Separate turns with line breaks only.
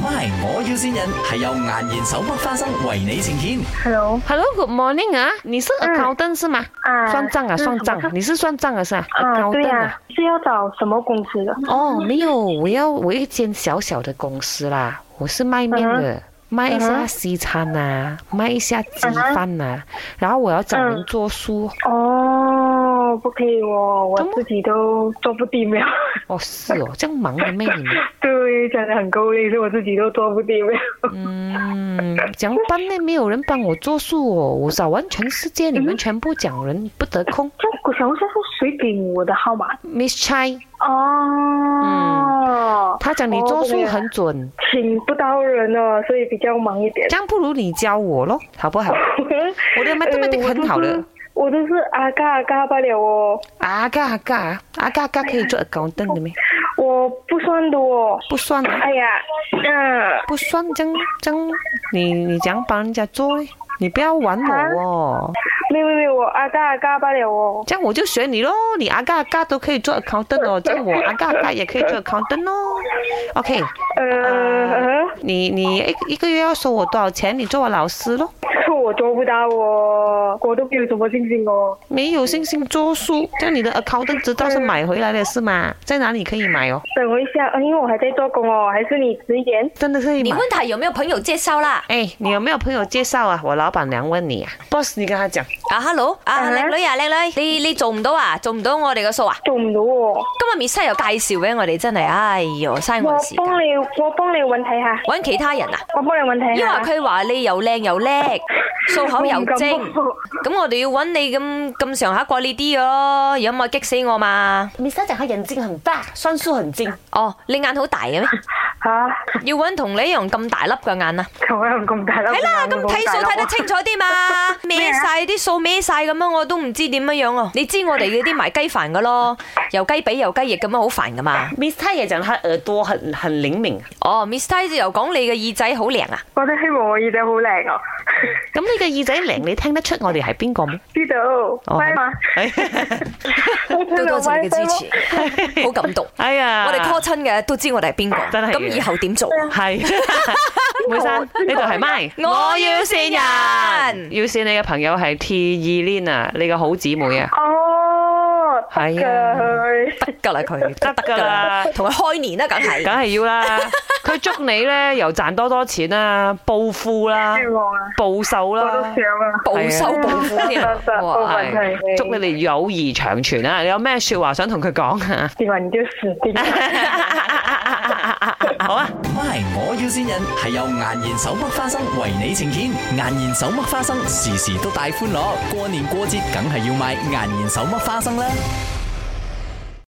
MY，我要先人係由顏然手剝花生為你呈現。
Hello，
Hello，Good morning 啊，你是
嗯
accountant 是吗？
啊，
算账啊，
是
算
什
账，
么
你是算账啊是啊
啊，对
？accountant
呀嗯
啊。、
是要找什么公司的？
哦，没有，我要我一间小小的公司啦，我是卖面的。卖一
嗯
下
哼
西餐呐、卖一下鸡
嗯哼
饭呐、啊然后我要找人
嗯
做书。
哦，不可以哦，我
怎么
自己都做不定了。
哦，是哦，这样忙的妹你们，
对，真的很够力，是我自己都做不定了。
嗯，讲班内没有人帮我做数哦，我找完全世界你
嗯
们全部讲人不得空。
这我想问一下，是谁给我的号码？
Miss Chai，
哦，
她讲你做
哦
数
对啊
很准，
请不到人哦，所以比较忙一点。
这样不如你教我咯，好不好？我的 mathematics 很好的。
我都是阿嘎阿嘎罢了哦，
啊嘎啊嘎啊啊嘎嘎可以做 accountant 的咩？
我不算多、哦。
不算啊，
哎呀，嗯。
不算，这样这样，你你怎样帮人家做呢？你不要玩我哦，
没有没有，我阿嘎阿嘎罢了哦。
这样我就选你咯。你啊嘎啊嘎都可以做 accountant 哦，这样我啊嘎啊嘎也可以做 accountant 哦。OK，
呃，
你你一一个月要收我多少钱？你做我老师咯。
我做不到哦，我都没有什么信心哦。
没有信心做数，这样你的 accountant 执照是买回来的是吗？在哪里可以买哦？
等我一下，呃因为我还在做工哦，还是你指一点。
真的可以
你
买？
问他有没有朋友介绍啦？
哎，你有没有朋友介绍啊？我老板娘问你啊，boss，你跟他讲。
啊，hello，啊，
嗯
靓女啊，靓女，你你做唔到啊？做唔到我哋嘅數啊？
做唔到哦，
今日 Miss 又介紹俾我哋，真係，哎哟，嘥我
我
嘅時間。
幫你，我幫你揾睇下，
揾其他人啊，
我幫你揾睇
因為
下。
佢話你又靚又叻，數口又精，
我唔敢幫
咁我哋要揾你咁咁上下過呢啲咯，有冇激死我嘛？
Mr 讲他眼睛很大，算术很精。
哦，你眼好大嘅咩？
吓，
要揾同你一樣咁大粒嘅眼啊！
同我有咁大粒。
係啦，咁睇數睇得清楚啲 嘛，
咩啊
孭晒啲數孭晒咁樣，我都唔知點樣樣啊！你知我哋嗰啲賣雞飯嘅 咯，又雞髀又雞翼咁樣好煩噶嘛。
Mr 也讲他耳朵很很灵敏。
哦，Miss Tai 又講你嘅耳仔好靚啊！
我都希望我耳仔好靚哦。
咁你嘅耳仔靈，你聽得出我哋係邊個 冇？
知道，
哦
拜嘛。
多
多
多謝你嘅支 持，好感動。
哎呀，
我哋 call 親嘅都知我哋係邊個，
啊真係嘅
咁以後點做？
係 梅生呢度係咪？
我要線人
要線你嘅朋友係 T 二 Lin 啊，你嘅好姊 妹啊，
哦，得
係啊
㗎
得㗎啦佢，
得㗎啦
同佢開年啦，梗
梗
係。
係要啊啦。佢祝你咧又賺多多錢啦，暴富 啦，
希望啊，
暴瘦
我都
啦。
想啊。
暴收暴富 添啊，
得冇
哇！
問題
祝你哋友誼長存啊！你有咩説話想同佢 講啊？
今晚你就死定 了。
好啊！
MY，我要先人係由顏然手剝花生為你呈現。顏然手剝花生時時都帶歡樂，過年過節梗係要買顏然手剝花生啦。